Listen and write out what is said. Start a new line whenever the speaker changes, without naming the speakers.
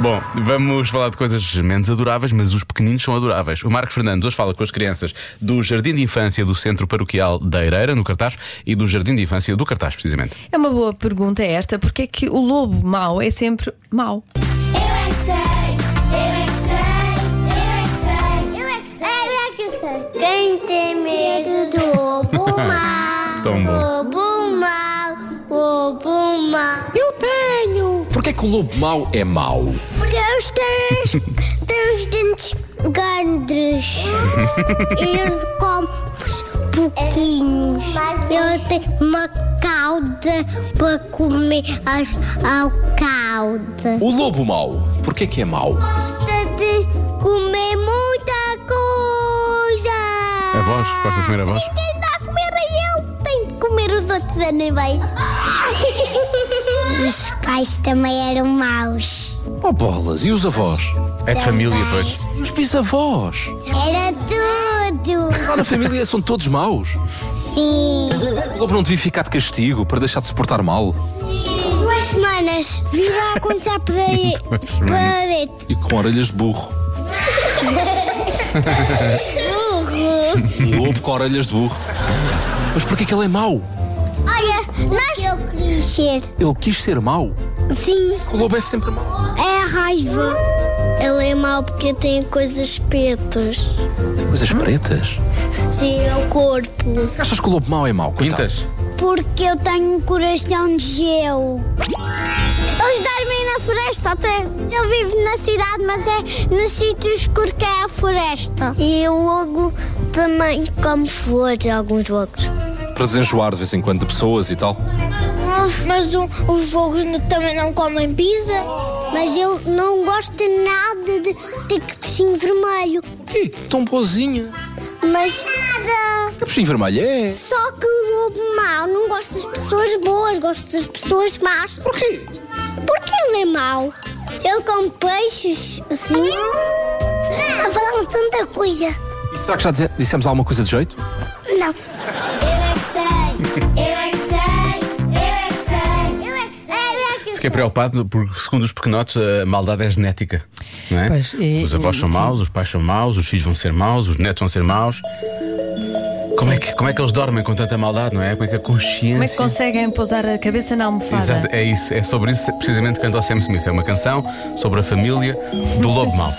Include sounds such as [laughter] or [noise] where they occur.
Bom, vamos falar de coisas menos adoráveis, mas os pequeninos são adoráveis. O Marcos Fernandes hoje fala com as crianças do Jardim de Infância do Centro Paroquial da Eireira, no Cartaz, e do Jardim de Infância do Cartaz, precisamente.
É uma boa pergunta esta, porque é que o lobo mau é sempre mau?
Eu é que sei, eu é que sei, eu é que sei, eu é que sei, eu é que sei. Quem tem medo do lobo
[laughs]
mal?
Tão bom.
Lobo mal, lobo mal. Eu tenho!
Porquê que o lobo mau é mau?
Porque os três têm os dentes grandes.
[laughs]
Eles comem os pouquinhos. Ele tem uma cauda para comer as, a cauda.
O lobo mau, porquê que é mau?
gosta de comer muita coisa.
A voz, gosta de comer a voz?
Ninguém dá a comer é a ele, tem que comer os outros animais. Os pais também eram maus.
Oh bolas, e os avós?
É de família, pois.
E os bisavós?
Era tudo.
Lá na família são todos maus.
Sim.
O lobo não devia ficar de castigo para deixar de se portar mal.
Duas semanas. Vi lá contar para
[laughs] Duas semanas.
ver.
E com orelhas de burro.
Burro.
Um lobo com orelhas de burro. Mas porquê que ele é mau?
Olha, nós... Eu queria ser.
Ele quis ser mau.
Sim.
O lobo é sempre mau.
É a raiva. Ele é mau porque tem coisas pretas.
Coisas pretas.
Sim, é o corpo.
Achas que o lobo mau é mau?
então.
Coitado.
Pintas?
Porque eu tenho um coração de gelo. Eles dormem na floresta até. Eu vivo na cidade, mas é no sítio escuro que é a floresta. E o lobo também come flores, alguns logos.
Para desenjoar de vez em quando de pessoas e tal.
Ah, Mas os logos também não comem pizza. Mas ele não gosta nada de ter capuchinho vermelho.
Ih, tão boazinha.
Mas nada!
Capuchinho vermelho é.
Só que o lobo mau não gosta das pessoas boas, gosta das pessoas más.
Porquê?
Porque ele é mau. Ele come peixes, assim. Ah, falam tanta coisa.
E será que já dize- dissemos alguma coisa de jeito?
Não. Eu é que sei, eu é que sei, eu é que sei, eu é que sei, eu é que
Fiquei preocupado porque, segundo os pequenotes, a maldade é genética. Não é?
Pois, e-
os avós são
sim.
maus, os pais são maus, os filhos vão ser maus, os netos vão ser maus. Como é, que, como é que eles dormem com tanta maldade, não é? Como é que a consciência.
Como é que conseguem pousar a cabeça na almofada?
Exato, é isso, é sobre isso precisamente que canta o Sam Smith. É uma canção sobre a família do lobo mau.